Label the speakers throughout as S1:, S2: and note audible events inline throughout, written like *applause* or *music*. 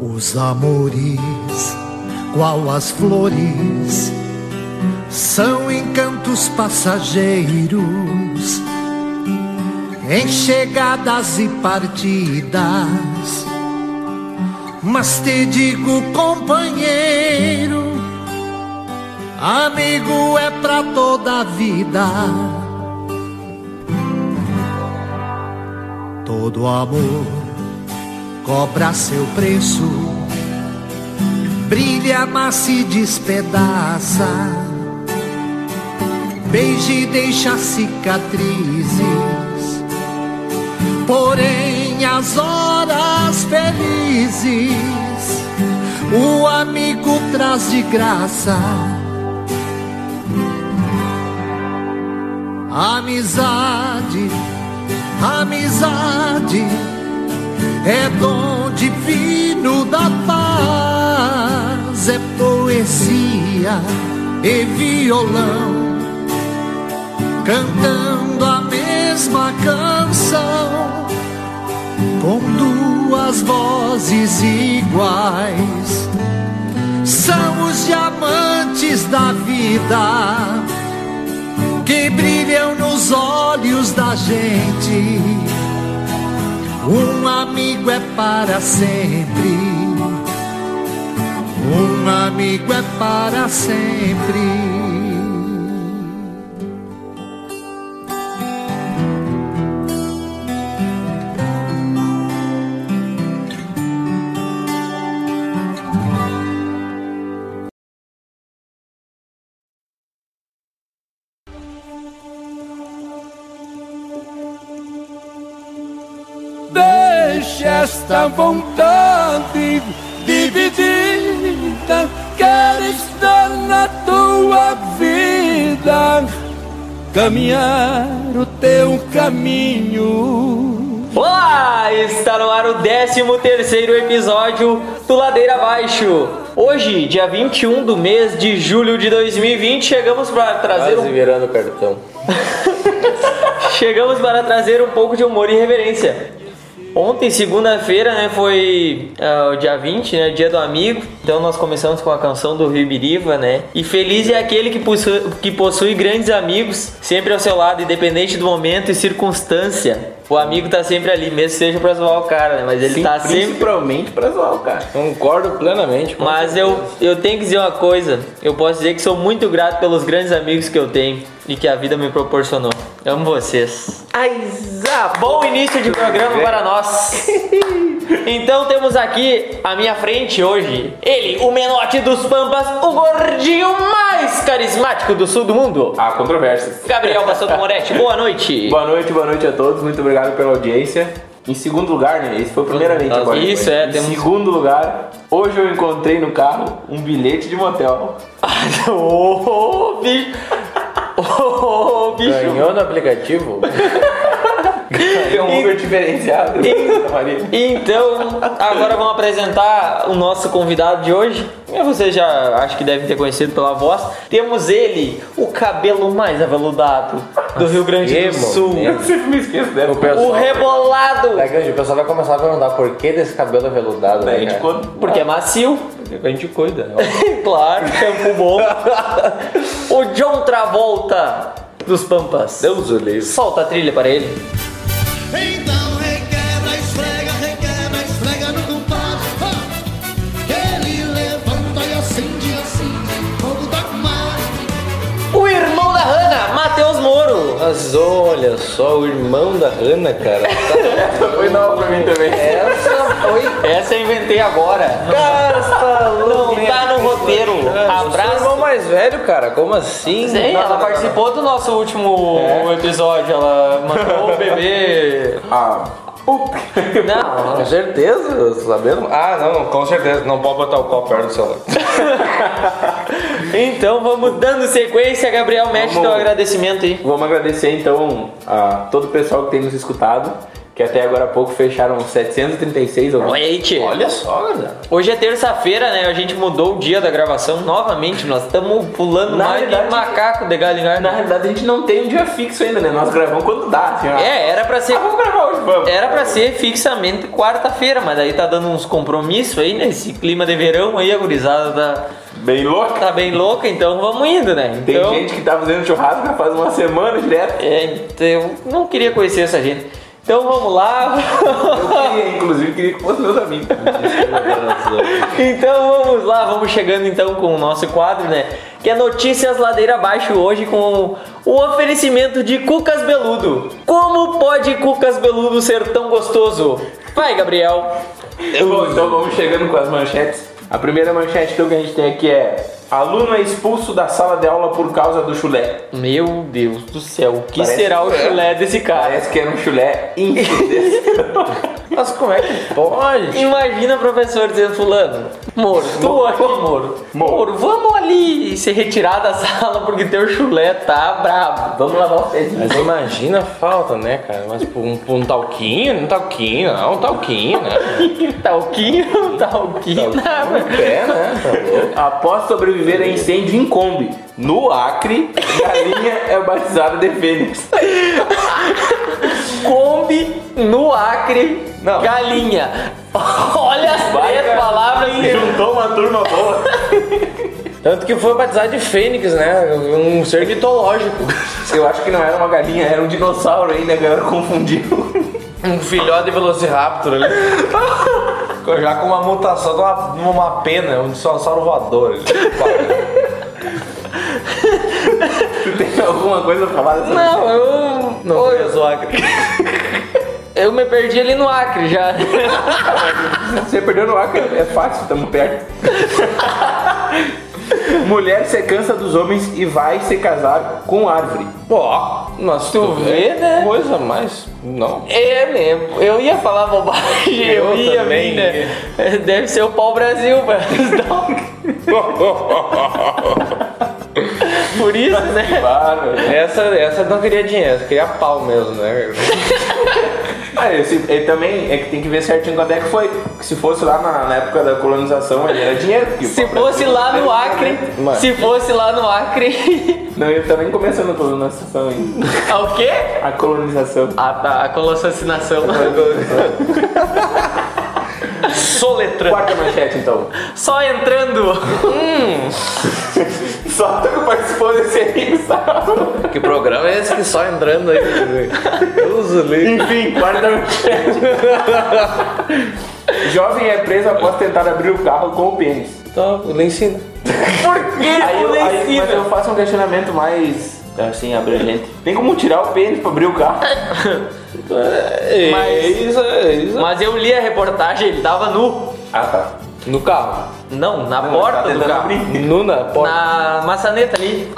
S1: Os amores, qual as flores, são encantos passageiros, em chegadas e partidas. Mas te digo, companheiro, amigo é pra toda a vida. Todo amor cobra seu preço, brilha, mas se despedaça beije e deixa cicatrizes. Porém, as horas felizes o amigo traz de graça. Amizade, amizade é dom divino da paz, é poesia e violão cantando a mesma canção, com duas vozes iguais. São os diamantes da vida que brilham nos olhos da gente. Um amigo é para sempre. Um amigo é para sempre.
S2: deixe esta vontade dividida. Quero estar na tua vida, caminhar o teu caminho.
S3: Olá! Está no ar o 13º episódio do Ladeira Abaixo. Hoje, dia 21 do mês de julho de 2020, chegamos para trazer um
S4: Quase virando o cartão.
S3: Chegamos para trazer um pouco de humor e reverência. Ontem, segunda-feira, né, foi ah, o dia 20, né, dia do amigo. Então nós começamos com a canção do Ribiriva, né? E feliz é aquele que possui, que possui grandes amigos, sempre ao seu lado, independente do momento e circunstância. O amigo tá sempre ali, mesmo que seja pra zoar o cara, né? Mas ele tá sempre
S4: Principalmente pra zoar o cara. Concordo plenamente. com
S3: mas
S4: certeza.
S3: eu, eu tenho que dizer uma coisa. Eu posso dizer que sou muito grato pelos grandes amigos que eu tenho e que a vida me proporcionou. Amo vocês. Aiza, bom início de programa para nós. *laughs* Então temos aqui à minha frente hoje ele, o menote dos pampas, o gordinho mais carismático do sul do mundo.
S4: Há controvérsias.
S3: Gabriel Bassotto Moretti, boa noite.
S4: Boa noite, boa noite a todos. Muito obrigado pela audiência. Em segundo lugar, né? Esse foi primeiramente
S3: Nossa,
S4: agora.
S3: isso,
S4: Foi.
S3: é,
S4: Em
S3: temos-
S4: segundo lugar, hoje eu encontrei no carro um bilhete de motel.
S3: *laughs* Ô, bicho. Ô, bicho.
S4: no aplicativo? Ganhou um Uber diferenciado. Maria.
S3: Então, agora vamos apresentar o nosso convidado de hoje. Vocês já acho que devem ter conhecido pela voz. Temos ele, o cabelo mais aveludado do Rio Grande do
S5: emo,
S3: Sul.
S5: né?
S4: Eu
S3: *laughs*
S4: sempre me esqueço dessa.
S5: O pessoal,
S3: O rebolado,
S5: Daqui a pouco Tá, o pessoal vai começar a perguntar por que desse cabelo aveludado,
S4: A
S5: né,
S4: gente
S5: cara?
S4: conta.
S3: porque é macio. *laughs*
S4: A gente cuida. né?
S3: claro, shampoo bom. o John Travolta dos Pampas.
S4: Deus o livre.
S3: Solta a trilha para ele.
S6: Então requebra, esfrega, requebra, esfrega no compadre. ó. Que ele levanta e acende, acende, fogo da mata.
S3: O irmão da Hannah, Matheus Moro.
S5: Mas olha só, o irmão da Ana, cara.
S4: Foi nova pra mim também.
S5: É. Essa foi.
S3: Essa eu inventei agora.
S5: Cara, você tá
S3: Não
S5: louco. né?
S3: tá no roteiro.
S4: É,
S5: Ah, eu sou o
S3: Abraço.
S5: irmão mais velho, cara. Como assim?
S3: Sim,
S5: Não,
S3: ela
S5: não, não,
S3: participou do nosso último
S4: É.
S3: episódio, ela mandou o bebê.
S4: Ah,
S5: não.
S3: Não,
S5: Com certeza, eu tô sabendo? Ah, não, com certeza. Não pode botar o copo perto do celular.
S3: então vamos dando sequência, Gabriel, mexe
S4: Vamos.
S3: teu agradecimento aí.
S4: vamos agradecer então a todo o pessoal que tem nos escutado. que até agora há pouco fecharam 736 ou
S3: Olha aí, tio.
S5: Olha só, galera.
S3: Hoje é terça-feira, né? A gente mudou o dia da gravação novamente. Nós estamos pulando
S4: Na
S3: mais
S4: verdade,
S3: que macaco de né? galho em galho.
S4: Na realidade, a gente não tem um dia fixo ainda, né? Nós gravamos quando dá, assim, ó.
S3: É, era pra ser.
S4: Ah, vamos gravar hoje, vamos.
S3: Era pra ser fixamente quarta-feira, mas aí tá dando uns compromissos aí, né? Esse clima de verão aí, a gurizada tá,
S4: Bem louco.
S3: tá bem louca, então vamos indo, né?
S4: Tem
S3: Então,
S4: gente que tá fazendo churrasco já faz uma semana direto.
S3: é, então, eu não queria conhecer essa gente. Então vamos lá. *laughs*
S4: Eu queria, inclusive, queria que fosse meus amigos. *laughs*
S3: então vamos lá, vamos chegando então com o nosso quadro, né? Que é Notícias Ladeira Abaixo hoje com o oferecimento de Cucas Beludo. Como pode Cucas Beludo ser tão gostoso? Vai, Gabriel.
S4: Bom, então vamos chegando com as manchetes. A primeira manchete então, que a gente tem aqui é Aluno é expulso da sala de aula por causa do chulé.
S3: Meu Deus do céu, o que
S4: Parece
S3: será o
S4: que é.
S3: chulé desse cara?
S4: Parece que era um chulé
S3: *laughs*
S4: infidel.
S5: Mas como é que pode?
S3: Imagina o professor dizendo, fulano, Moro, tu aqui, Moro.
S4: Moro.
S3: Moro, vamos ali se retirar da *laughs* sala porque teu chulé tá brabo.
S4: Vamos lavar os pés.
S5: Mas imagina a falta, né, cara? Mas por um, por um talquinho, um talquinho, não, um
S3: *laughs*
S5: talquinho, né?
S3: um Talquinho, tá talquinho, nada.
S5: É, né?
S4: Após sobreviver a incêndio em Kombi, no Acre, galinha é batizada de fênix.
S3: Kombi no Acre,
S5: Não.
S3: galinha. *laughs* Olha as três palavras que
S4: Juntou uma turma boa.
S5: Tanto que foi batizado de Fênix, né? Um ser mitológico.
S4: Eu acho que não era uma galinha, era um dinossauro ainda, a galera confundiu.
S5: Um filhote de Velociraptor ali. Já com uma mutação de uma, uma pena, um dinossauro voador. ali.
S4: Tu tem alguma coisa pra falar dessa
S3: Não, eu.
S5: Não
S3: Oi,
S5: conheço o Acre.
S3: eu me perdi ali no Acre já.
S4: Você perdeu no Acre, é fácil, tamo
S5: *laughs*
S4: perto. Mulher se cansa dos homens e vai se casar com árvore.
S5: Pô, mas tu,
S3: vê, né?
S5: Coisa mais.
S4: *laughs* Né?
S5: Não.
S3: É mesmo, eu ia falar bobagem, eu,
S5: Eu
S3: ia
S5: também.
S3: vir, né? Deve ser o pau-brasil, *laughs* velho. Por isso, né?
S4: Claro.
S5: Essa, essa não queria dinheiro, essa queria pau mesmo, né?
S4: *laughs* Ah, esse, ele também é que tem que ver certinho quando é que foi. Que se fosse lá na, na época da colonização, ele era dinheiro. porque o
S3: Se
S4: pau-brasil
S3: fosse lá no Acre,
S5: Mano.
S3: se fosse lá no Acre. *laughs*
S4: Não, ele tá nem começando a colonização ainda.
S3: Ah, o quê?
S4: A
S3: *laughs*
S4: colonização.
S3: Ah, tá, a colossacinação. Soletrando.
S4: Quarta manchete, então.
S3: Só entrando.
S4: Só tu que participou desse aí, sabe?
S5: Que programa é esse que só entrando aí? Deus ali.
S4: Enfim, quarta manchete. Jovem é preso após tentar abrir o carro com o pênis.
S5: Então, eu lhe ensino.
S3: Por que
S4: Aí eu, aí, mas eu
S3: Leicina?
S4: faço um questionamento mais
S5: então,
S4: assim, abrangente. Tem como tirar o pênis pra abrir o carro?
S5: Mas isso, é isso.
S3: Mas eu li a reportagem, ele tava nu.
S4: Ah tá.
S5: No carro.
S3: Não, na
S4: tá
S3: porta do
S4: tentando
S3: carro.
S4: abrir.
S5: Nuna, pode.
S3: Na maçaneta ali.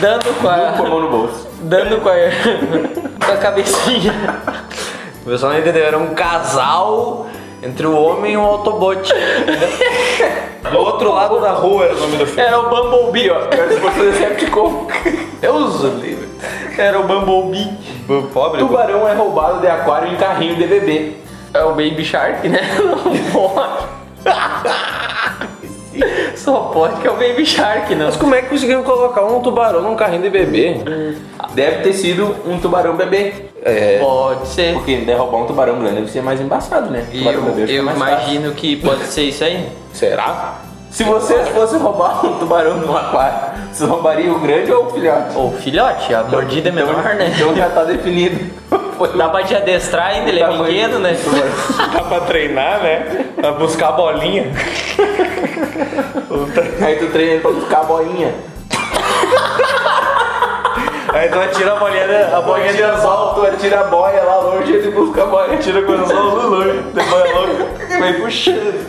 S3: Dando com
S4: Com a
S3: a.
S4: mão no bolso.
S3: Dando com a.
S5: *laughs*
S3: com a cabecinha.
S5: O pessoal não entendeu, era um casal entre o homem e um autobote. Do outro lado da rua era o nome do filme.
S3: Era o Bumblebee, ó.
S4: Eu acho que você é Decepticon.
S5: Deus o livre.
S3: Era o Bumblebee.
S5: O Pobre.
S4: Tubarão é roubado de aquário em carrinho de bebê.
S3: É o Baby Shark, né? *laughs* Não pode. *laughs* Só pode que é o Baby Shark, não.
S5: Mas como é que conseguiram colocar um tubarão num carrinho de bebê?
S4: Deve ter sido um tubarão bebê.
S5: É.
S3: Pode ser.
S4: Porque né, roubar um tubarão grande deve ser mais embaçado, né?
S3: E
S4: Tubarão
S3: eu,
S4: acho que é
S3: eu
S4: mais fácil.
S3: imagino que pode ser isso aí.
S5: Será?
S4: Se você fosse roubar um tubarão num aquário, você roubaria o grande ou o filhote?
S3: Ou filhote, a mordida é menor, né?
S4: Então já tá definido. Foi
S3: Dá pra te adestrar ainda, ele é
S4: tamanho
S3: pequeno,
S4: do
S3: né?
S4: tubarão.
S5: Dá pra treinar, né? Pra buscar a bolinha.
S4: Aí tu treina ele pra buscar a boinha.
S5: Aí tu atira a bolinha, a bolinha de
S4: anzol, tu atira a boia lá longe e ele busca a boia. Tira com o anzol lá longe, depois é longe, vem puxando.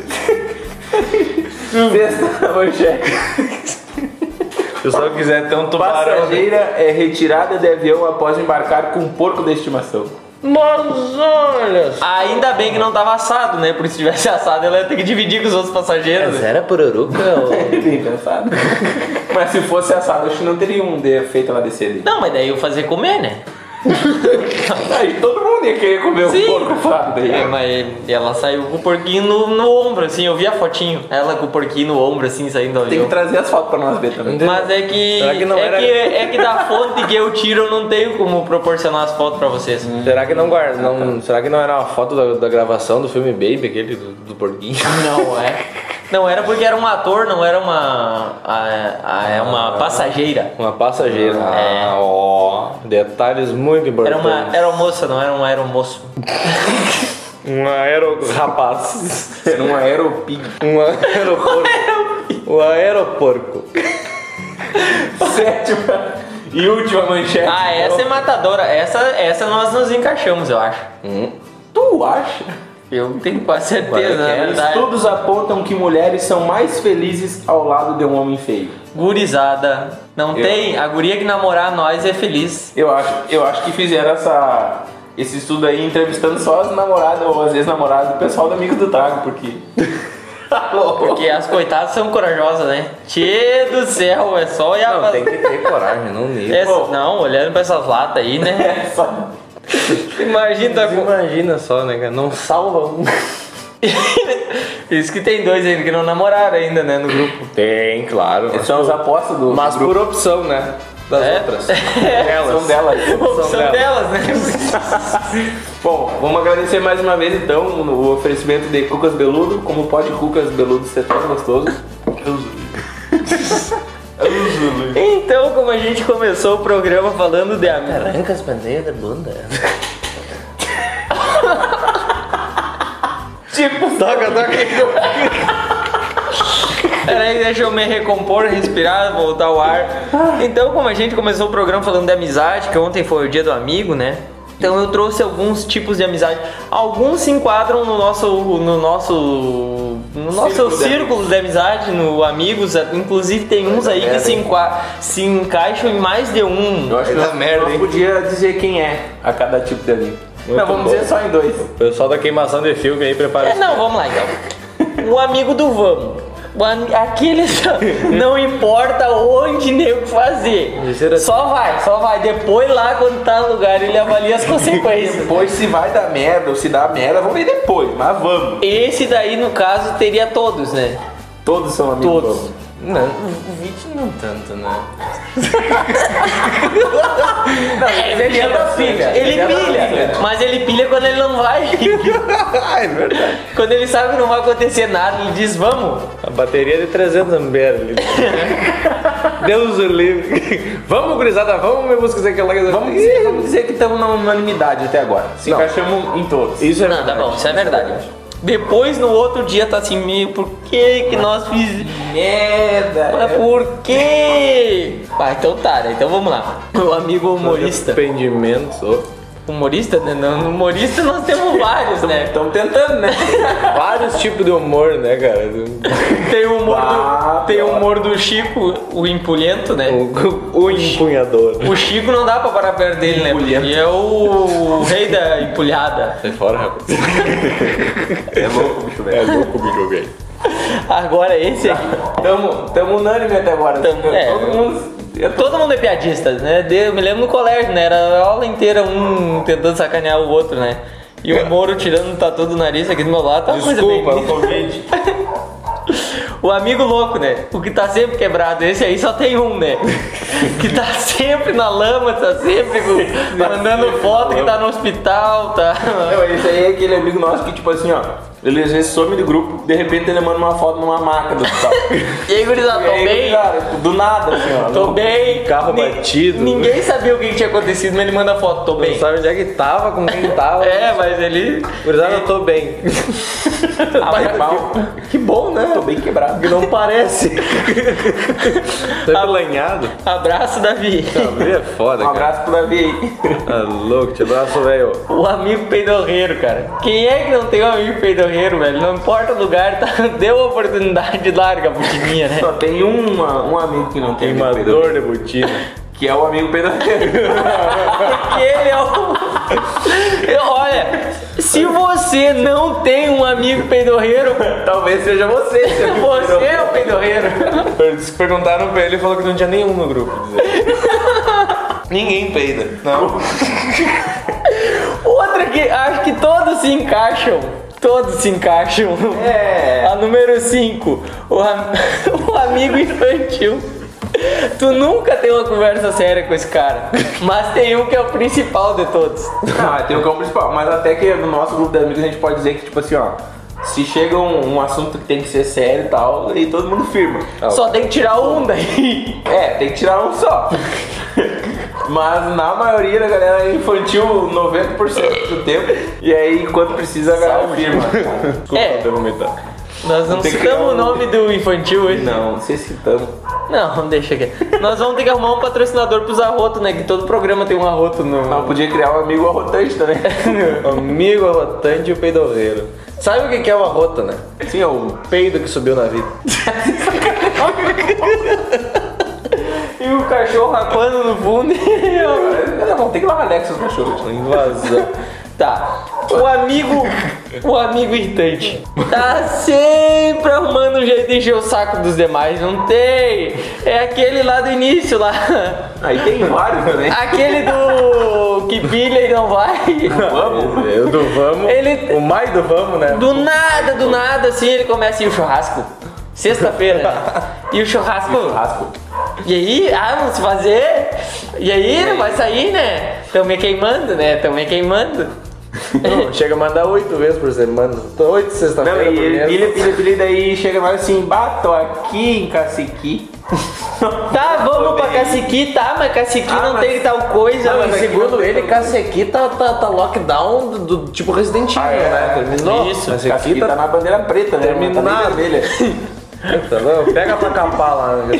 S4: Sexta manchete.
S5: Se o pessoal quiser ter um tubarão.
S4: Passageira é retirada de avião após embarcar com um porco de estimação. *laughs*
S5: Mas olha só.
S3: Ainda bem que não tava assado, né? Porque se tivesse assado, ela ia ter que dividir com os outros passageiros. né?
S5: Era pururuca ou...
S4: Bem pensado. Mas se fosse assado, acho que não teria um de feito ela descer ali.
S3: Não, mas daí eu fazer comer, né?
S4: Aí todo mundo ia querer comer
S3: Sim.
S4: um porco frado aí.
S3: É, mas ela saiu com o porquinho no, no ombro, assim, eu vi a fotinho. Ela com o porquinho no ombro, assim, saindo do
S4: Tem que tá-
S3: avião.
S4: trazer as fotos pra nós ver também.
S3: Mas é que.
S5: Será que não
S3: é,
S5: era-
S3: que é que da fonte que eu tiro eu não tenho como proporcionar as fotos pra vocês.
S5: Será que não guarda?
S4: Ah, tá.
S5: Não, será que não era uma foto da, da gravação do filme Baby, aquele do, do porquinho?
S3: Não é. Não era porque era um ator, não era uma. a- a- é
S5: Ah,
S3: uma passageira.
S5: Uma passageira.
S3: É.
S5: Ah, ó. Detalhes muito
S3: Era
S5: importantes.
S3: uma aeromoça, não era um aeromoço.
S5: Um aero... Rapaz.
S4: Ser um aeropig.
S5: Um aeroporco. um aeroporco.
S4: Sétima e última manchete.
S3: Ah, essa é matadora. Essa, essa nós nos encaixamos, eu acho.
S4: Tu acha?
S3: Eu tenho quase
S5: Claro
S3: certeza, na
S5: que é.
S3: verdade.
S4: Estudos apontam que mulheres são mais felizes ao lado de um homem feio.
S3: Gurizada. Não
S4: Eu-
S3: tem? A guria que namorar nós é feliz.
S4: Eu acho, eu acho que fizeram essa, esse estudo aí entrevistando só as namoradas ou as ex-namoradas do pessoal do Amigo do Tago,
S5: *laughs*
S4: porque...
S3: Porque as coitadas são corajosas, né? Tchê do céu, é só olhar
S5: Não,
S3: pra-
S5: tem que ter coragem, não nego.
S3: Essa-
S4: Pô.
S3: Não, olhando pra essas latas aí,
S5: *laughs*
S3: né?
S4: Essa-
S3: Imagina tá com-
S5: Imagina só, né, cara? Não salva um.
S3: *laughs* Isso que tem dois ainda que não namoraram ainda, né, no grupo.
S5: Tem, claro.
S4: São as apostas do
S5: Mas
S4: do grupo.
S5: por opção, né? Das
S3: É? *laughs*
S5: outras.
S4: São delas.
S3: Opção
S5: dela.
S3: delas, *laughs* né?
S4: Bom, vamos agradecer mais uma vez então o oferecimento de Cucas Beludo, como pode Cucas Beludo ser tão gostoso.
S3: Então, como a gente começou o programa falando de amigos.
S5: Arranca as bandeiras
S3: *laughs*
S5: da bunda.
S4: Tipo,
S5: Toca, toca.
S3: Peraí, deixa eu me recompor, respirar, voltar ao ar. Então, como a gente começou o programa falando de amizade, que ontem foi o dia do amigo, né? Então eu trouxe alguns tipos de amizade. Alguns se enquadram no nosso. no nosso. no nosso
S4: Círculo
S3: círculo,
S4: de
S3: de amizade, no amigos. Inclusive tem uns aí que se, enqua- se encaixam em mais de um.
S4: eu acho que
S5: Vai dar
S4: nós,
S5: merda,
S4: nós
S5: hein?
S4: podia dizer quem é a cada tipo de amigo.
S5: Muito
S4: Não, vamos
S5: bom.
S4: dizer só em dois.
S5: Pessoal da queimação de filme aí, prepara
S3: É, não, vamos lá então. O amigo do vamos. Um O am- Aquele só- *laughs* não importa onde nem o que fazer.
S5: Terceira-
S3: Só vai, só vai. Depois lá quando tá no lugar ele avalia as
S4: *laughs*
S3: consequências.
S4: Depois se vai dar merda ou se dá merda, vamos ver depois, mas vamos.
S3: Esse daí no caso teria todos, né?
S4: Todos são amigos.
S3: Todos.
S4: vamos.
S5: Não, o vídeo não tanto, né?
S3: ele
S4: é da pilha.
S3: Ele
S4: Ele é da
S3: pilha,
S4: pilha.
S3: mas ele pilha quando ele não vai.
S5: *laughs* é verdade.
S3: quando ele sabe que não vai acontecer nada, ele diz vamos.
S5: A bateria de 300 amperes. ali. Deus o livre. Vamos, gurizada, vamos ver música que ela quer.
S4: Vamos dizer, vamos dizer que estamos na unanimidade até agora. Se
S5: Não.
S4: encaixamos em todos.
S5: Isso é
S3: Não, tá
S5: verdade.
S3: bom, isso é verdade. Depois no outro dia tá assim, meio, por que que nós fizemos?
S4: Merda! é.
S3: Mas por quê? Ah, então tá, né? Então vamos lá. O amigo humorista.
S5: Arrependimentos. ó.
S3: Humorista, né? Não, humorista nós temos vários, né?
S4: Estamos tentando, né?
S5: Vários tipos de humor, né, cara?
S3: *laughs* Tem o humor
S4: Ah,
S3: do, tem o
S4: pior.
S3: humor do Chico, o empulhento, né?
S5: O, o empunhador.
S3: O Chico não dá pra parar perto dele, né? Porque é o rei da
S5: *laughs*
S3: empulhada.
S5: Sai fora, rapaz.
S4: *laughs* É louco, bicho,
S5: É
S4: velho.
S5: louco comigo, velho.
S3: Agora esse aqui.
S4: Tamo, tamo unânime até agora. assim, né?
S3: Tamo- é.
S4: Todo mundo. Eu tô-
S3: Todo mundo é piadista, né? De- Eu me lembro no colégio, né? Era a aula inteira um tentando sacanear o outro, né? E o Moro tirando tá o tatu do nariz aqui do meu lado, tá uma coisa bem...
S5: Desculpa, o Covid.
S3: *laughs* O amigo louco, né? O que tá sempre quebrado. Esse aí só tem
S4: *laughs*
S3: um, né? Que tá sempre na lama, tá sempre com- mandando foto que tá no hospital, tá?
S4: Não, esse aí é aquele amigo nosso que, tipo assim, ó. Ele às vezes some do grupo, de repente ele manda uma foto numa maca
S3: *laughs*
S4: do hospital.
S3: E aí, gurizada,
S4: E
S3: tô
S4: aí,
S3: tá bem?
S4: cara, do nada, assim, ó.
S3: Tô bem.
S5: Carro batido.
S3: Ninguém sabia o que que tinha acontecido, mas ele manda foto, tô
S5: Não
S3: bem.
S5: sabe onde é que tava, como *laughs* é que tava.
S3: É, mas ele.
S5: Gurizada, eu tô bem.
S4: Ah, mas é mal.
S5: Que bom, né?
S4: Tô bem quebrado.
S5: Que não parece. tô empalanhado.
S3: Abraço, Davi.
S5: Davi é foda,
S4: tá Um
S5: cara.
S4: abraço pro Davi aí.
S5: Tá louco, te abraço, velho.
S3: O amigo peidorreiro, cara. Quem é que não tem um amigo peidorreiro, velho? Não importa o lugar, tá? *laughs* deu a oportunidade, larga a putininha, né?
S4: Só tem uma, um amigo que não tem amigo
S5: Queimador de botina.
S4: Pedro, que é o amigo Pedro. *laughs*
S3: Porque ele é o. *laughs* Eu, olha, se você não tem um amigo peidorreiro,
S5: Tá,
S4: Talvez seja
S5: *laughs* é
S4: você. esse amigo
S3: você
S4: Pedro.
S3: é o peidorreiro.
S5: *laughs* Eles perguntaram pra ele e falou que não tinha nenhum no grupo. Ninguém peida. Não.
S3: Outra que acho que todos se encaixam. Todos se encaixam.
S4: É.
S3: A número 5, o, am- *laughs* o amigo infantil. Tu nunca tem uma conversa séria com esse cara, mas tem um que é o principal de todos.
S4: Ah, tem o que é o principal. Mas até que no nosso grupo de amigos a gente pode dizer que, tipo assim, ó. Se chega um, um assunto que tem que ser sério e tal, e todo mundo firma.
S5: É
S3: Só tem que tirar um daí.
S4: *laughs* É, tem que tirar um só. Mas na maioria da galera é infantil 90% do tempo. E aí, quando precisa, a galera firma. Desculpa,
S3: É.
S4: eu tô vomitando.
S3: Nós não
S4: Tem que criar
S3: citamos o
S4: um-
S3: nome do infantil hoje.
S4: Não, não sei se estamos.
S3: Não, deixa aqui. Nós vamos ter que arrumar um patrocinador pros arrotos, né? Que todo programa tem um arroto no.
S4: Não, podia criar um amigo arrotante também.
S5: *laughs* Amigo arrotante e o peidoveiro. Sabe o que que é uma rota, né?
S4: Sim, é eu.
S5: Peido que subiu na vida.
S3: E o cachorro rapando no *laughs* fundo.
S4: Não, é tem que lavar Alex os cachorros.
S5: Invasão.
S3: Tá. O amigo. O amigo irritante. Tá sempre arrumando um jeito de encher o saco dos demais, não tem? É aquele lá do início lá.
S4: Aí Ah, tem vários também.
S3: Aquele do. que pilha e não vai.
S4: Vamos.
S5: Eu do vamos.
S3: Ele-
S5: O mais do vamos, né?
S3: Do nada, do nada, assim ele começa a ir o churrasco. Sexta-feira. né? E o churrasco.
S4: Rasco.
S3: E aí, ah, vamos fazer? E aí, não vai sair, né? Tão me queimando, né? Tão me queimando.
S5: Não, Chega a mandar oito vezes por semana. Tô Oito
S4: Não,
S5: sexta-feira
S4: e
S5: por
S4: ele
S5: mês.
S4: pilha, pilha, pilha, daí chega mais assim, bato aqui em caciqui.
S3: *laughs* Tá, vamos pra caciqui, tá, mas caciqui
S4: Ah,
S3: não
S4: mas-
S3: tem tal coisa,
S5: Não,
S3: mas
S5: e
S3: aqui
S5: segundo
S3: não-
S5: ele, Cacequi tá, tá, tá lockdown do, do tipo Resident Evil,
S4: é,
S5: né?
S4: é.
S5: Terminou?
S3: Isso.
S5: Cacequi
S4: Caciqui tá
S5: tá...
S4: na bandeira preta, né?
S5: Terminado.
S4: Tá bem vermelha.
S5: *laughs* Tá bom? Pega pra capar lá. né?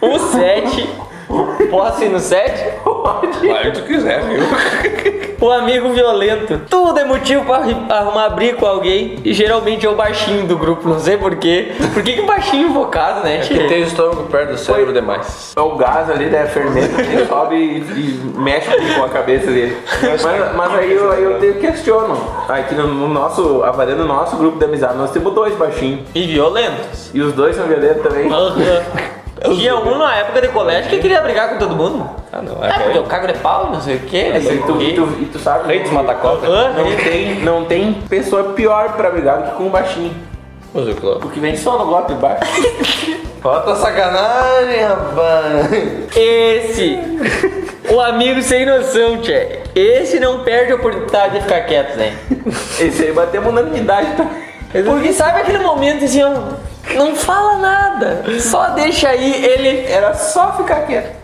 S3: O 7. Posso ir no 7?
S4: Vai tu quiser, viu?
S3: O amigo violento. Tudo é motivo pra arri- arrumar briga com alguém. E geralmente é o baixinho do grupo, não sei porquê. Por que que o baixinho invocado, né? tchê?
S5: Que tem o estômago perto do cérebro demais.
S4: É o gás ali, né? Fermento, ele sobe e, e mexe com a cabeça dele. Mas, mas aí eu, aí eu te questiono. Aqui no, no nosso, avaliando o nosso grupo de amizade, nós temos dois baixinhos.
S3: E violentos.
S4: E os dois são violentos também.
S3: Aham. Tinha um na época de colégio que queria brigar com todo mundo. Ah, não. É, porque eu cago de pau, não sei o quê. não
S4: E
S3: sei o
S4: É assim, tu,
S3: quê.
S4: e tu, e tu sabe.
S5: Reis mata cobra.
S3: Aham.
S4: Não tem, não tem pessoa pior pra brigar do que com um baixinho.
S5: Mas o Cló.
S4: Porque vem só no golpe baixo.
S5: Bota sacanagem, rapaz.
S3: Esse! O amigo sem noção, tchê. Esse não perde a oportunidade de ficar quieto, né?
S4: Esse aí batemos unanimidade tá?
S3: Porque sabe aquele momento assim, ó. Não fala nada, só deixa aí ele.
S4: Era só ficar quieto.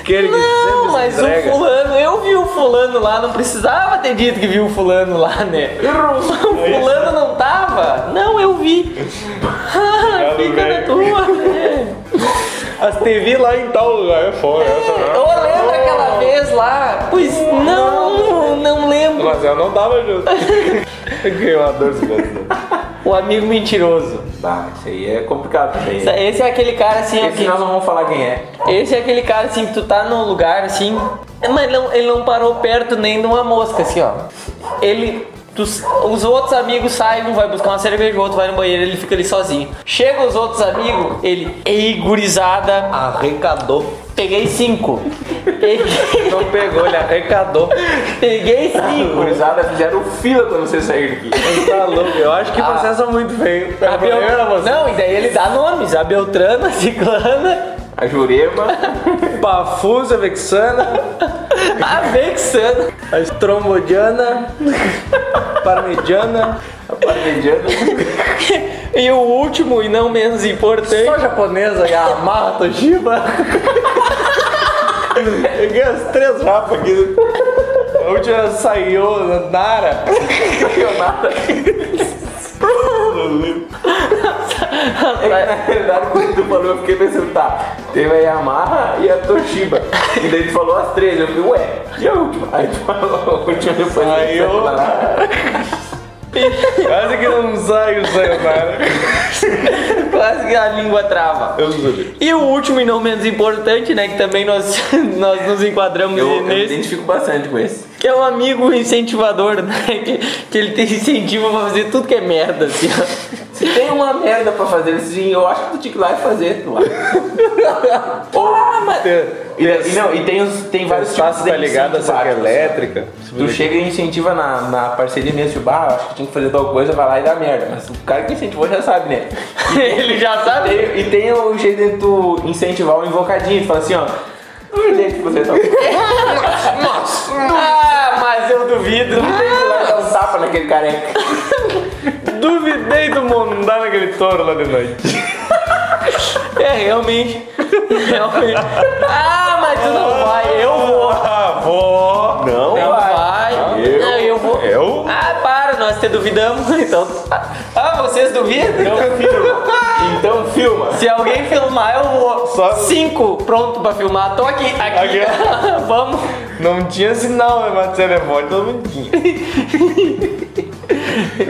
S5: Aquele que
S3: Não, mas o
S5: entrega.
S3: fulano, eu vi o fulano lá, não precisava ter dito que viu o fulano lá, né?
S4: Errou.
S3: O fulano não tava? Não, eu vi. Ah, fica na tua, né?
S5: As TV lá em tal lugar é fora. Ah.
S3: Eu lembro aquela vez lá. Pois não, não lembro.
S5: Mas eu não tava junto. Queimador de cabeça.
S3: O amigo mentiroso.
S4: Tá, isso aí é complicado também.
S3: Esse- Esse é aquele cara assim, ó,
S4: Esse
S3: que-
S4: nós não vamos falar quem é.
S3: esse é aquele cara assim que tu tá num lugar assim, mas ele não, ele não parou perto nem de uma mosca assim, ó. Ele tu- os outros amigos saem, um vai buscar uma cerveja, o outro vai no banheiro, ele fica ali sozinho. Chega os outros amigos, ele, ei, gurizada,
S5: Arrecadou.
S3: peguei cinco. Peguei, *laughs*
S5: Não pegou, ele arrecadou.
S3: peguei cinco.
S4: Gurizada fizeram um fila quando vocês Ah, saíram daqui.
S5: Tá louco, eu acho que vocês são muito feios.
S3: Ah. A Bel- Não, e daí ele dá nomes, a Beltrana, a Ciclana,
S4: A Jurema.
S5: Pafusa, vexana,
S3: a Vexana.
S5: a estromodiana, parmegiana,
S4: Mediano.
S3: E o último e não menos importante.
S5: só japonesa, Yamaha, Toshiba. Peguei as três rapas aqui. A última era Saiyo, Nara.
S4: Na verdade, quando tu falou, eu fiquei pensando, tá, teve a Yamaha e a Toshiba. E daí tu falou as três, eu falei, ué, e a última? Aí tu falou, a última depois.
S5: Aí eu- Quase que não sai o Sayonara.
S3: *laughs* Quase que a língua trava.
S5: Eu juro.
S3: E o último e não menos importante, né? Que também nós, *laughs* nós nos enquadramos
S4: Eu, eu me
S3: nesse.
S4: identifico bastante com esse.
S3: Que é um amigo incentivador, né? Que, que ele tem incentivo pra fazer tudo que é merda, assim, ó.
S4: Se tem uma merda pra fazer assim, eu acho que tu tinha que ir lá e fazer, tu acha?
S7: *laughs*
S4: Porra, mas... E, e não, e tem, os, tem vários tipos
S7: Espaço
S4: de
S7: tá ligado a
S4: incentivo,
S7: cerca
S4: assim,
S7: elétrica.
S4: Tu chega e incentiva na, na parceria mesmo, tipo, ah, acho que tinha que fazer tal coisa, vai lá e dá merda. Mas o cara que incentivou já sabe, né? *laughs*
S3: Ele já sabe.
S4: E, e tem o jeito de tu incentivar o invocadinho, tu fala assim, ó. "Ai, gente,
S7: *laughs*
S4: você tá-" Ah, mas eu duvido, não
S3: Ah,
S4: tem que ir lá e dar um tapa naquele careca.
S7: Duvidei do mandar naquele touro lá de noite.
S3: É, realmente. Realmente. Ah, mas tu não vai, eu vou.
S7: Ah, vou. Não.
S3: Não vai.
S7: Eu-
S3: não, eu vou.
S7: Eu?
S3: Ah, para, nós te duvidamos, então. Ah, vocês duvidam?
S4: Então filma.
S3: Se alguém filmar, eu vou.
S7: Só-
S3: Cinco, pronto pra filmar. Tô aqui, aqui.
S7: Aqui.
S3: *laughs* Vamos.
S7: Não tinha sinal, né? Mas telefone todo mundo tinha.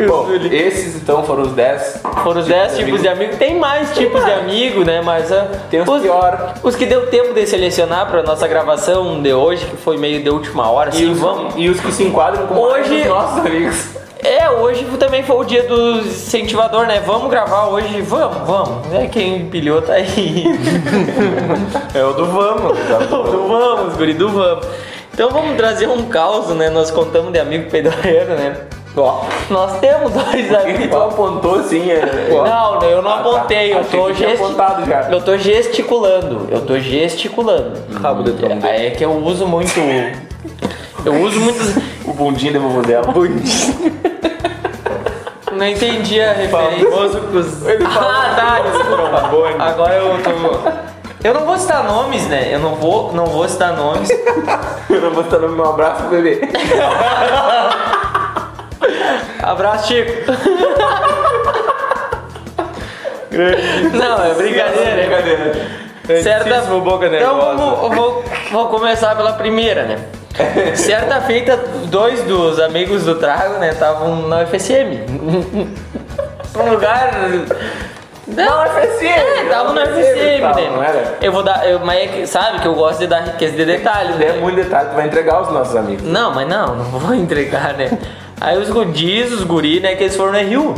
S4: Bom, esses então foram os 10.
S3: Foram os 10 tipos de amigo. Tem mais tipos de amigo, né? Mas ah,
S4: Tem os pior.
S3: os que deu tempo de selecionar pra nossa gravação um de hoje, que foi meio de última hora,
S4: E
S3: assim,
S4: os,
S3: vamos.
S4: e os que se enquadram com
S3: Hoje-
S4: os nossos amigos.
S3: É, hoje também foi o dia do incentivador, né? Vamos gravar hoje, vamos, vamos. É quem pilhou tá aí.
S4: *laughs*
S7: É o do vamos.
S3: do vamos, guri, do vamos. Então vamos trazer um caos, né? Nós contamos de amigo peidorreiro, né? Ó, nós temos dois
S4: Ele
S3: amigos.
S4: só apontou assim, é.
S3: Não, eu não apontei, eu
S4: Achei
S3: tô
S4: que Ah, tinha
S3: gesti-
S4: apontado já.
S3: Eu tô gesticulando, eu tô gesticulando.
S4: Hum. Rabo de trombo.
S3: É, é que eu uso muito. Eu
S4: *laughs*
S3: uso muito.
S4: O bundinho da vovô dela.
S3: Não entendi a referência. Ah, tá,
S7: Trombone.
S3: Agora eu tô. Eu não vou citar nomes, né? Eu não vou, não vou citar nomes.
S4: Eu não vou estar no meu abraço, *laughs* bebê.
S3: Abraço, Chico. não, é brincadeira, é brincadeira. Certa...
S7: Certíssimo,
S4: é
S7: boca
S3: Então
S7: nervosa.
S3: vamos, eu vou, vou começar pela primeira, né? Certa feita, dois dos amigos do Trago, né, estavam na UFSM. um lugar. Não,
S4: UFSM,
S3: É, estavam na
S4: na
S3: UFSM,
S4: UFSM,
S3: né?
S4: não era?
S3: Eu vou dar. Eu, mas é que, sabe que eu gosto de dar riqueza de detalhes,
S4: É
S3: né?
S4: muito detalhe, tu vai entregar os nossos amigos.
S3: Não, mas não, *laughs* não vou entregar, né? Aí os gudis, os guri, né, que eles foram no Rio.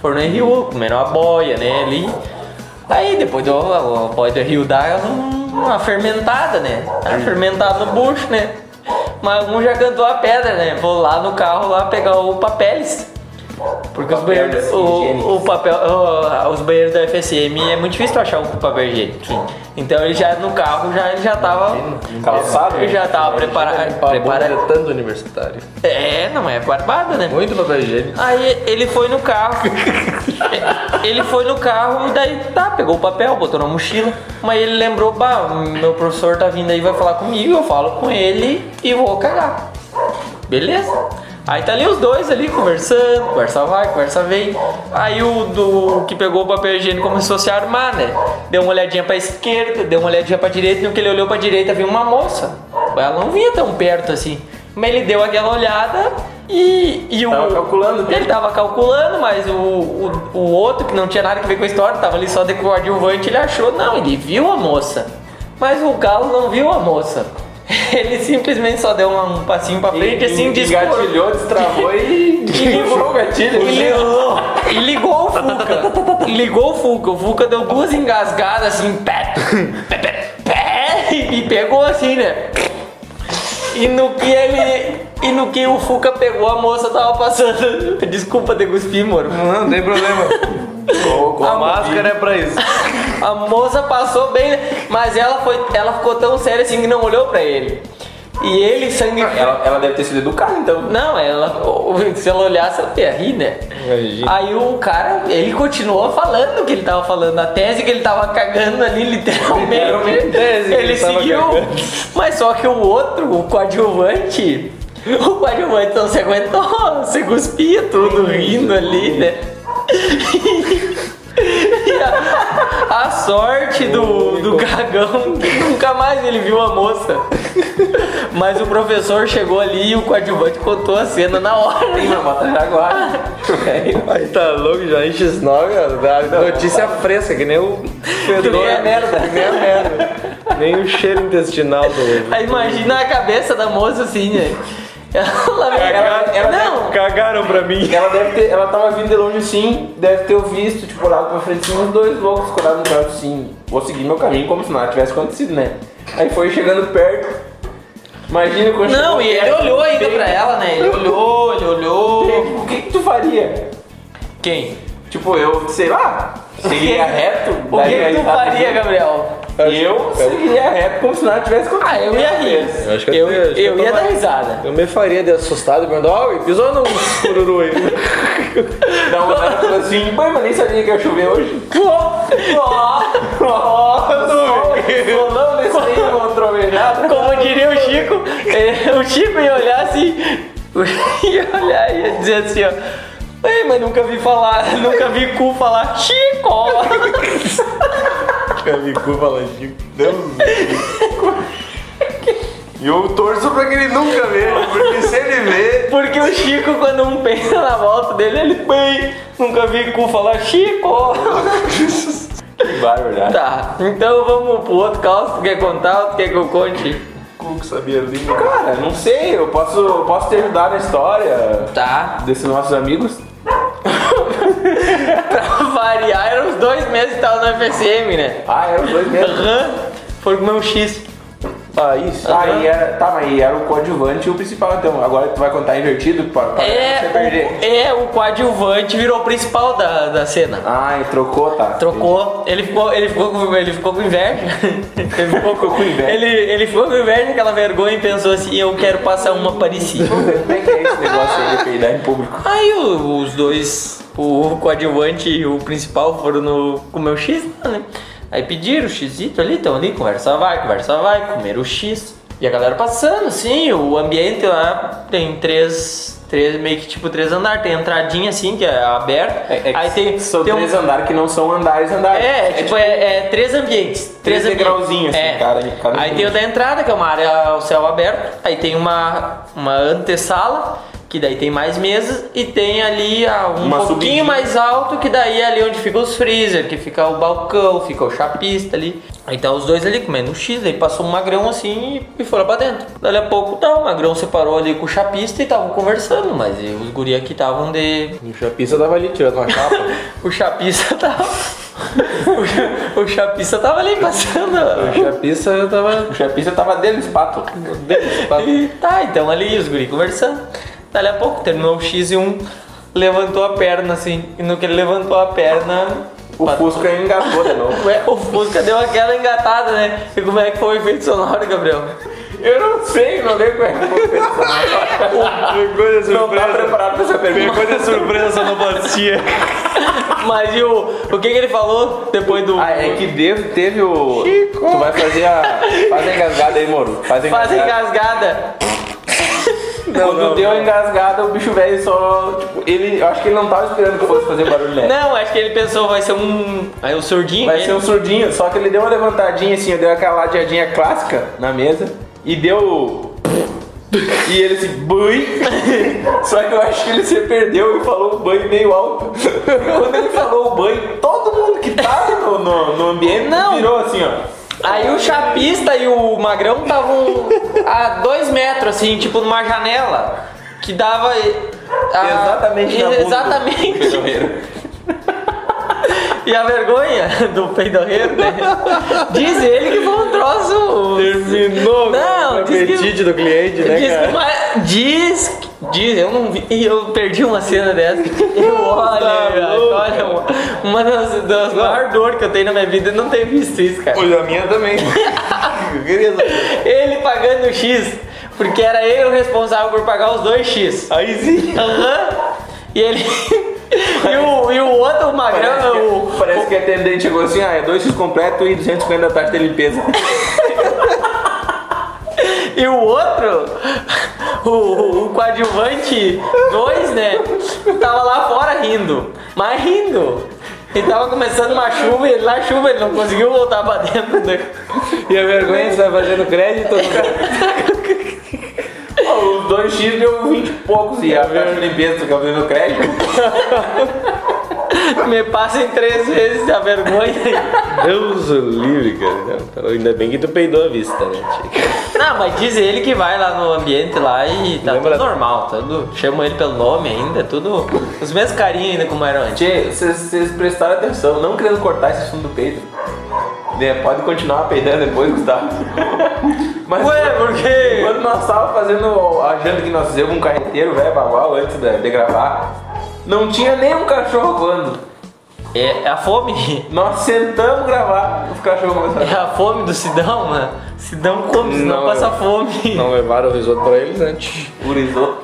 S3: Foram no Rio, comeram a boia, né, ali. Aí depois do, a boia do Rio dá um- uma fermentada, né? Tá fermentado no bucho, né? Mas um já cantou a pedra, né? Vou lá no carro lá pegar o papéis. Porque os banheiros,
S4: Papéis
S3: o,
S4: higiênicos.
S3: o papel, o- os banheiros da FSM é muito difícil tu achar um papel higiênico. Então ele já no carro já ele já tava
S4: Calçado,
S3: né? ele já tava preparado, preparado
S5: tanto universitário.
S3: é, não é barbada, né?
S5: Muito papel higiênico.
S3: Aí ele foi no carro. ele foi no carro e daí tá, pegou o papel, botou na mochila. Mas ele lembrou, bah, meu professor tá vindo aí, vai falar comigo, eu falo com ele e vou cagar. Beleza? Aí tá ali os dois ali conversando, conversa vai, conversa vem. Aí o do que pegou o papel higiênico começou a se armar, né? Deu uma olhadinha pra esquerda, deu uma olhadinha pra direita, e no que ele olhou pra direita viu uma moça. Ela não vinha tão perto assim. Mas ele deu aquela olhada e, e o.
S4: Tava calculando, né?
S3: Ele tava calculando, mas o, o, o outro, que não tinha nada a ver com a história, tava ali só de coadjuvante, ele achou, não, ele viu a moça. Mas o galo não viu a moça. *laughs* Ele simplesmente só deu um, um passinho pra frente, assim, descolou.
S4: Engatilhou, destravou
S3: *laughs*
S4: e.
S3: E ligou
S4: o gatilho.
S3: E ligou, e ligou o Fuca. E ligou o Fuca. O Fuca deu duas engasgadas assim, pé, pé, pé, pé, e pegou assim, né? E no que ele. E no que o Fuca pegou, a moça tava passando. Desculpa, deguspi, moro.
S5: Não, não tem problema. A máscara é pra isso.
S3: A moça passou bem, né? mas ela, foi, ela ficou tão séria assim que não olhou pra ele. E ele, sangue.
S4: Ela, ela deve ter sido educada, então.
S3: Não, ela, *laughs* se ela olhasse, ela ia rir, né?
S7: Imagina.
S3: Aí o cara, ele continuou falando o que ele tava falando, a tese que ele tava cagando ali, literalmente.
S7: Literalmente, a tese que
S3: ele
S7: ele tava
S3: seguiu,
S7: cagando.
S3: mas só que o outro, o coadjuvante, *laughs* o coadjuvante não se aguentou, *laughs* se cuspia tudo rindo ali, né? E a, a sorte do, do cagão que nunca mais ele viu a moça. Mas o professor chegou ali e o coadjuvante contou a cena na hora. né?
S4: Tem uma
S3: tá
S4: bota jaguar.
S5: Aí tá louco, já enche os nove, ó. Notícia fresca, que nem o fedor.
S3: nem a merda.
S5: que nem a merda. Nem o cheiro intestinal do.
S3: Aí imagina a cabeça da moça assim, né? Ela,
S4: Cagaram-
S3: ela-
S4: É, ela-
S3: não,
S7: Cagaram pra mim.
S4: Ela deve ter, ela tava vindo de longe assim, deve ter visto, tipo, olhado pra frente assim, uns dois loucos colados no braço assim. Vou seguir meu caminho como se nada tivesse acontecido, né? Aí foi chegando perto. Imagina quando
S3: não,
S4: chegou
S3: e ele
S4: perto,
S3: olhou ainda
S4: assim, bem-
S3: pra ela, né? Ele olhou, ele olhou.
S4: Tipo, o que, que tu faria?
S3: Quem?
S4: Tipo, eu, sei lá,
S3: *laughs*
S4: seguiria reto.
S3: O que, que tu faria, Gabriel?
S4: Eu seguiria reto como se nada tivesse acontecido.
S3: Ah, eu ia rir.
S5: Eu acho que eu-
S3: eu,
S5: acho que eu
S3: eu ia
S5: tô
S3: dar
S5: mais-
S3: risada.
S5: Eu me faria de assustado e perguntar, ó, pisou no cururu aí.
S4: Dá uma olhada e falou assim, "Pai, mas nem sabia que ia chover hoje. Falou, não, desse aí não encontrou nada.
S3: Como diria o Chico, eh, o Chico ia olhar assim, *laughs* ia olhar e ia dizer assim, ó. Ei, mas nunca vi falar, *laughs* nunca vi cu falar Chico! *laughs*
S5: Camicu falando de Deus. E eu torço pra que ele nunca veja, porque se
S4: *laughs*
S5: ele vê,
S3: Porque o Chico, quando um pensa na volta dele, ele bem, nunca vi cu falar Chico! *laughs*
S4: Bárbaro,
S3: Tá, então vamos pro outro caos, tu quer contar ou tu quer que eu conte?
S5: cu que sabia língua.
S4: Cara, não sei, eu posso, eu posso te ajudar na história
S3: Tá. *laughs*
S4: desses nossos amigos.
S3: Pra variar, eram os dois meses que tava no FSM, né?
S4: Ah, eram os dois mesmo.
S3: Aham, foi comer um X.
S4: Ah, isso. Ah, e era, tá, mas era o coadjuvante e o principal, então. Agora tu vai contar invertido pra, pra
S3: É,
S4: você perder.
S3: o, é o coadjuvante, virou o principal da, da cena.
S4: Ah, e trocou, tá.
S3: Trocou, ele ficou, ele ficou, com, ele ficou com inveja. Ele ficou
S4: Ficou com inveja.
S3: Ele, ele ficou com inveja, aquela vergonha e pensou assim: eu quero passar uma parecida.
S4: Como é que é esse negócio aí de peidar em público?
S3: Aí o- os dois, o coadjuvante e o principal, foram no comer o X, lá, né? Aí pediram o Xito ali, estão ali, conversa vai, conversa vai, comeram o X. E a galera passando, assim, o ambiente lá tem três, três meio que tipo três andares, tem entradinha assim, que é aberta.
S4: É, é que
S3: aí tem,
S4: são
S3: tem um-
S4: três andares que não são andares, andares.
S3: é, tipo, é, é três ambientes. Três,
S4: Três
S3: ambientes.
S4: degrauzinhos, assim,
S3: é.
S4: cara, cada
S3: Aí
S4: um.
S3: tem o da entrada, que é uma área ao céu aberto. Aí tem uma, uma antessala, que daí tem mais mesas. E tem ali a- um
S4: Uma
S3: pouquinho
S4: subidinha.
S3: mais alto, que daí é ali onde fica os freezer, que fica o balcão, fica o chapista ali. Aí tá os dois ali comendo um X, aí passou um magrão assim e, e foram pra dentro. Dali a pouco tá, o magrão separou ali com o chapista e estavam conversando, mas eh, os guri aqui estavam de
S5: O chapista tava ali tirando uma chapa.
S3: o chapista *laughs* tava. o, cha- o chapista tava ali passando.
S5: O chapista eu tava.
S4: O chapista tava dentro do espato.
S3: E tá, então ali os guri conversando. Dali a pouco terminou o X e um levantou a perna assim. E no que ele levantou a perna.
S4: O Fusca engasgou de novo.
S3: Ué, o Fusca deu aquela engatada, né? E como é que foi o efeito sonoro, Gabriel?
S4: Eu não sei, não lembro como é que foi o personagem.
S7: Pegou de
S4: Não tá
S7: surpresa.
S4: preparado pra essa pergunta.
S7: Pegou de surpresa essa nobatia.
S3: Mas e o, o que, que ele falou depois do.
S4: Ah, é que deve, teve o. Tu vai fazer a. Faz a engasgada aí, Moro. Faz a
S3: Faz
S4: engasgada.
S3: a engasgada.
S4: Quando deu a engasgada, o bicho velho só. Tipo, ele. Eu acho que ele não tava esperando que fosse fazer barulho, né?
S3: Não, acho que ele pensou, vai ser um. Aí o surdinho.
S4: Vai
S3: né?
S5: *laughs*
S4: ser um surdinho, só que ele deu uma levantadinha assim, deu aquela ladeadinha clássica na mesa e deu. E ele se bui. *laughs* Só que eu acho que ele se perdeu e falou o banho meio alto. *laughs* Quando ele falou o banho, todo mundo que tava no, no, no ambiente
S3: Não.
S4: virou assim, ó.
S3: Aí o chapista e o magrão
S4: *laughs*
S3: estavam a dois metros, assim, tipo numa janela que dava. a-
S4: Exatamente na bunda do
S3: Exatamente. E a vergonha do peidorreiro, né? Diz ele que foi um troço.
S5: Terminou
S3: Não,
S5: com o
S3: diz que-
S5: apetite do cliente, né,
S3: diz,
S5: cara?
S3: mas- diz, diz, eu não vi, eu perdi uma cena dessa. Eu
S4: Tá
S3: olha, velho, olha, uma, uma das, das maiores dores que eu tenho na minha vida é não ter visto isso, cara.
S5: *laughs* Pois a minha também. Eu queria saber.
S3: Ele pagando o X, porque era ele o responsável por pagar os dois X.
S5: Aí sim.
S3: Aham. E ele. *laughs* e, o, e o outro, o
S4: Parece que,
S3: magrão, o.
S4: parece que a atendente chegou assim, ah, é 2x completo e 250 da taxa de limpeza. é.
S3: E o outro, *laughs* o, o, o coadjuvante 2, né? Tava lá fora rindo. Mas rindo. E tava começando uma chuva e ele na chuva ele não conseguiu voltar pra dentro. né?
S5: E a vergonha, você vai fazendo
S4: *laughs*
S5: crédito no cara.
S4: Os 2x deu 20 e poucos e a taxa de limpeza que eu vi no
S5: *laughs*
S4: crédito.
S3: Me passem três vezes a vergonha.
S5: então, Deus o livre, cara. Não, tá- Ainda bem que tu peidou a vista, né? Chico?
S3: Não, Não, mas diz ele que vai lá no ambiente lá e tá
S4: Lembra-
S3: tudo normal, tá tudo. Chama ele pelo nome ainda, tudo. Os mesmos carinhos ainda como eram antes.
S4: Tchê, vocês- vocês prestaram atenção, não querendo cortar esse assunto do peito. Né, pode continuar peidando depois,
S5: *laughs*
S4: Gustavo. Mas
S3: Ué, por quê?
S4: Quando nós estávamos fazendo a janta que nós fizemos com um carreteiro, velho, bagual, antes de, de gravar, não tinha nenhum cachorro voando.
S3: É, é a fome. *laughs*
S4: Nós sentamos gravar, os cachorros
S3: É
S4: começaram.
S3: a fome do Sidão, mano. Sidão come, senão
S5: Não,
S3: passa
S5: eu-
S3: fome.
S5: Não levaram o risoto pra eles antes.
S4: O risoto.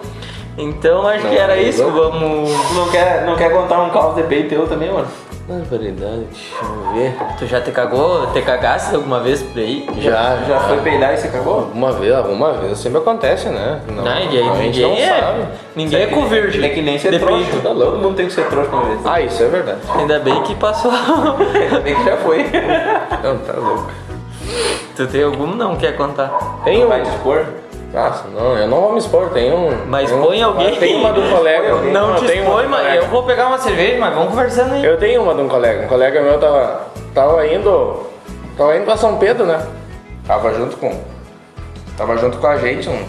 S3: Então acho
S5: Não,
S3: que era
S5: eu-
S3: isso. Vamos.
S4: Tu não quer, não quer contar um caos de peito teu também, mano?
S5: é Barbaridade, vamos ver.
S3: Tu já te cagou, te cagaste alguma vez por aí?
S5: Já,
S4: Já foi peidar e você cagou?
S5: Uma vez, alguma vez, sempre acontece, né? Não,
S3: Não, e aí
S5: a gente
S3: ninguém
S5: não
S3: é.
S5: sabe.
S3: Ninguém é com virgem.
S4: É que nem ser
S3: De
S4: trouxa.
S3: peito.
S5: Tá
S4: Todo mundo tem que ser trouxa uma vez.
S5: Ah, isso é verdade.
S3: Ainda bem que passou. *laughs*
S4: Ainda bem que já foi.
S5: Não, tá louco.
S3: tu tem algum não quer contar?
S5: Tem um.
S4: Vai dispor?
S5: Nossa, Ah, não, eu não vou me expor, tem um.
S3: Mas
S5: tem um-
S3: põe alguém.
S5: Tem uma de um colega.
S4: Põe alguém.
S3: Não, te
S5: tem uma
S3: expõe,
S5: do
S3: mas
S5: colega.
S3: eu vou pegar uma cerveja, mas vamos conversando aí.
S5: Eu tenho uma de um colega. Um colega meu tava, tava indo. Tava indo pra São Pedro, né? Tava junto com. Tava junto com a gente. Um...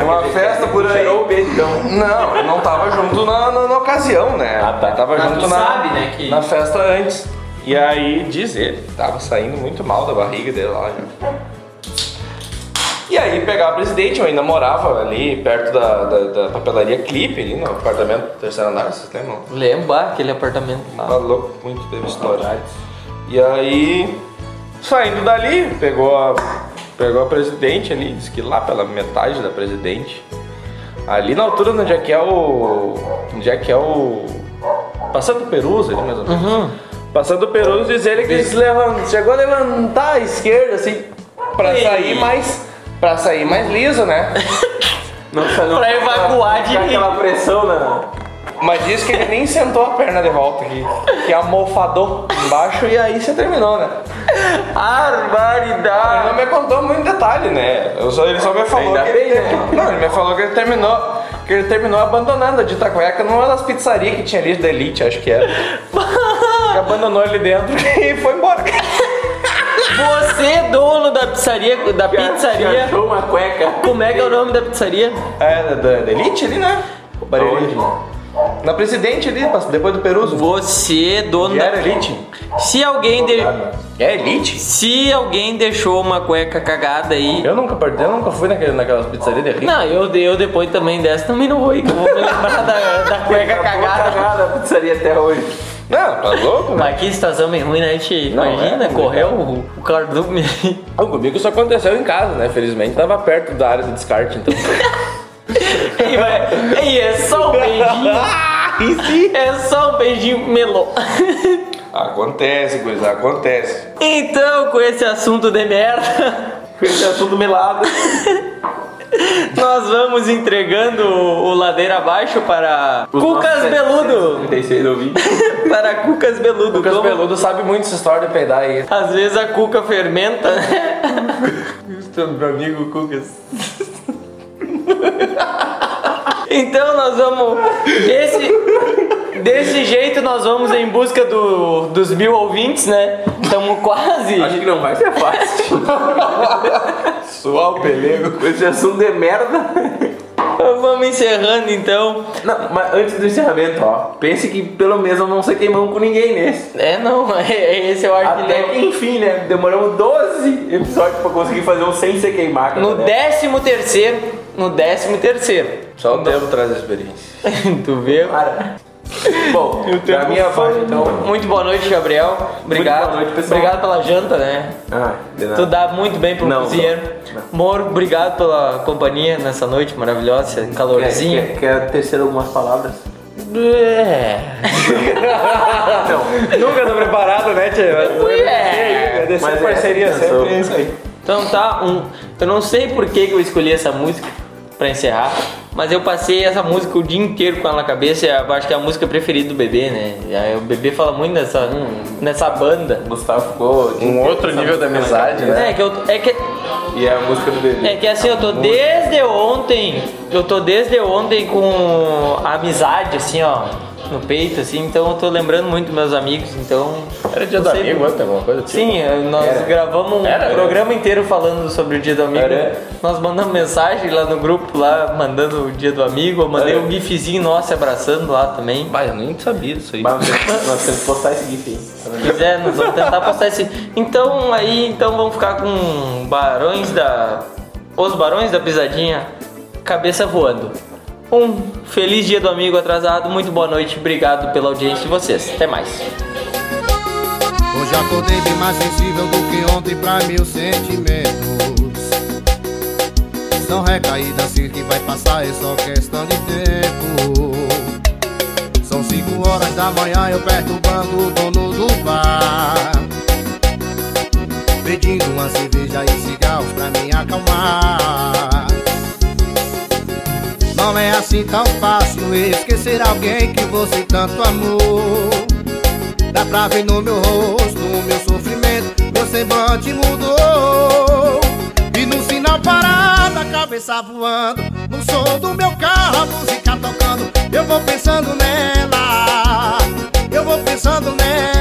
S4: Uma festa por aí. Cheirou o peidão.
S5: Não, eu não tava junto na, na, na ocasião, né?
S4: Ah, tá.
S5: Tava
S3: Mas
S5: junto
S3: tu
S5: na,
S3: sabe, né, que-
S5: na festa antes. E aí, diz ele, tava saindo muito mal da barriga dele lá já. E aí, pegava a presidente, eu ainda morava ali perto da, da, da papelaria Clipe, ali no apartamento terceiro andar, vocês lembram?
S3: Lembra aquele apartamento lá.
S5: Tá louco, muito teve história. E aí, saindo dali, pegou a, pegou a presidente ali, disse que lá pela metade da presidente. Ali na altura onde é que é o. Onde é que é o. Passando o Peruso ali mais ou menos.
S3: Uhum.
S5: Passando o Peruso, diz ele que ele se levan- chegou a levantar a esquerda assim, pra
S3: Ei.
S5: sair mais. pra sair mais liso, né?
S4: Não, não,
S3: *laughs* Pra evacuar de
S4: ficar
S3: mim.
S4: aquela pressão na.
S5: Mas diz que ele nem sentou a perna de volta aqui, que amofadou embaixo e aí você terminou, né?
S3: Ah,
S5: Ele
S3: Barbaridade!
S5: não me contou muito detalhe, né? Eu só- ele só me falou
S4: Ainda
S5: que ele,
S4: bem, né?
S5: não, ele me falou que ele terminou, que ele terminou abandonando a dita cueca numa das pizzarias que tinha ali da Elite, acho que era. E abandonou ele dentro *laughs* e foi embora.
S3: Você, é dono da pizzaria, da
S4: Já
S3: pizzaria.
S4: achou uma cueca.
S3: Como é que é o nome da pizzaria?
S5: É, da, da- da Elite ali, né? Barelli. Na presidente ali, passa- depois do Peruso.
S3: Você, é dono
S5: E
S3: da
S5: era Elite?
S3: Se alguém de...
S5: É Elite?
S3: se alguém deixou uma cueca cagada aí,
S5: Eu nunca perdi, eu nunca fui naquele, naquelas pizzarias de rico.
S3: não, eu, eu depois também dessa também não vou ir, que eu vou me lembrar da, da
S4: Tá
S3: cueca
S4: Uma
S3: cagada.
S4: cagada na pizzaria até hoje.
S5: Não, tá louco, né?
S3: Mas que situação bem ruim, né? A gente
S5: Não,
S3: imagina,
S5: é complicado.
S3: correu o, o cardume aí.
S5: Ah, Comigo isso aconteceu em casa, né? Felizmente tava perto da área do descarte, então.
S3: Ei, vai- Ei, é só um beijinho. É só um beijinho melô.
S5: *laughs* Acontece, gurizada, acontece.
S3: Então, com esse assunto de merda, *laughs*
S4: Com esse assunto *laughs* melado.
S3: nós vamos entregando o, o ladeira abaixo para
S4: Os
S3: Cucas
S4: nossos
S3: Beludo.
S4: 36 ouvintes.
S3: *laughs* Para Cucas Beludo.
S5: Lucas
S3: como-
S5: Beludo sabe muito essa história de peidar aí.
S3: Às vezes a cuca fermenta, né? meu amigo Cucas. Então nós vamos. Desse, desse jeito nós vamos em busca do- dos mil ouvintes, né? Estamos quase.
S4: Acho que não vai ser fácil.
S5: Suar o pelego.
S4: Com esse assunto de merda.
S3: Vamos encerrando então.
S4: Não, mas antes do encerramento, ó. Pense que pelo menos eu não sei queimão com ninguém nesse.
S3: É não, é- é esse é o
S4: Até que
S3: arquiteto.
S4: enfim, né? Demoramos 12 episódios pra conseguir fazer um sem ser queimar. cara,
S3: No
S4: né?
S3: décimo terceiro. No décimo terceiro.
S5: Só o tempo traz experiência.
S3: *laughs* tu vê?
S4: Cara. Bom,
S5: um
S4: da minha parte, então.
S3: Muito boa noite, Gabriel. Obrigado.
S4: boa noite, pessoal.
S3: Obrigado pela janta, né?
S4: Ah, de nada.
S3: Tu dá muito bem pro
S4: Não,
S3: cozinheiro. Moro, obrigado pela companhia nessa noite maravilhosa, calorzinho.
S4: Quer, quer, quer tecer algumas palavras?
S3: É.
S5: Nunca tô preparado, né, Tchê?
S3: É.
S5: Mas
S4: Mas
S5: é
S4: é
S5: parceria
S4: essa a intenção.
S5: sempre. é isso aí.
S3: Então tá, um, eu não sei por que, que eu escolhi essa música pra encerrar, mas eu passei essa música o dia inteiro com ela na cabeça. e eu Acho que é a música preferida do bebê, né? E aí O bebê fala muito nessa, hum, nessa banda.
S4: Gustavo ficou. de-
S5: Um outro nível de amizade, né?
S3: É que eu, é que
S4: E é a música do bebê.
S3: É que assim, eu tô desde ontem, eu tô desde ontem com a amizade, assim, ó. bate no peito, assim, então eu tô lembrando muito dos meus amigos, então.
S5: Era dia
S3: eu
S5: do
S3: sei-
S5: amigo, ontem, alguma coisa? assim?
S3: Sim, nós gravamos um
S5: Era, era.
S3: programa inteiro falando sobre o dia do amigo.
S5: Era.
S3: Nós mandamos mensagem lá no grupo, lá mandando o dia do amigo. Eu mandei
S5: Era.
S3: um gifzinho nosso se abraçando lá também.
S5: Bah, eu nem sabia disso aí.
S4: Mas nós- nós temos que postar esse gif aí.
S3: Se quiser, nós vamos tentar postar esse. Então aí, então vamos ficar com Barões da. Os Barões da Pisadinha, cabeça voando. Um feliz dia do amigo atrasado, muito boa noite, obrigado pela audiência de vocês. Até mais.
S1: Hoje acordei bem mais sensível do que ontem pra meus sentimentos. São recaídas, sei que vai passar, é só questão de tempo. São cinco horas da manhã, eu perturbando o dono do bar. Pedindo uma cerveja e cigarros pra me acalmar. Não é assim tão fácil esquecer alguém que você tanto amou. Dá pra ver no meu rosto o meu sofrimento Meu semblante mudou oh, E no sinal parado, a cabeça voando No som do meu carro, a música tocando Eu vou pensando nela Eu vou pensando nela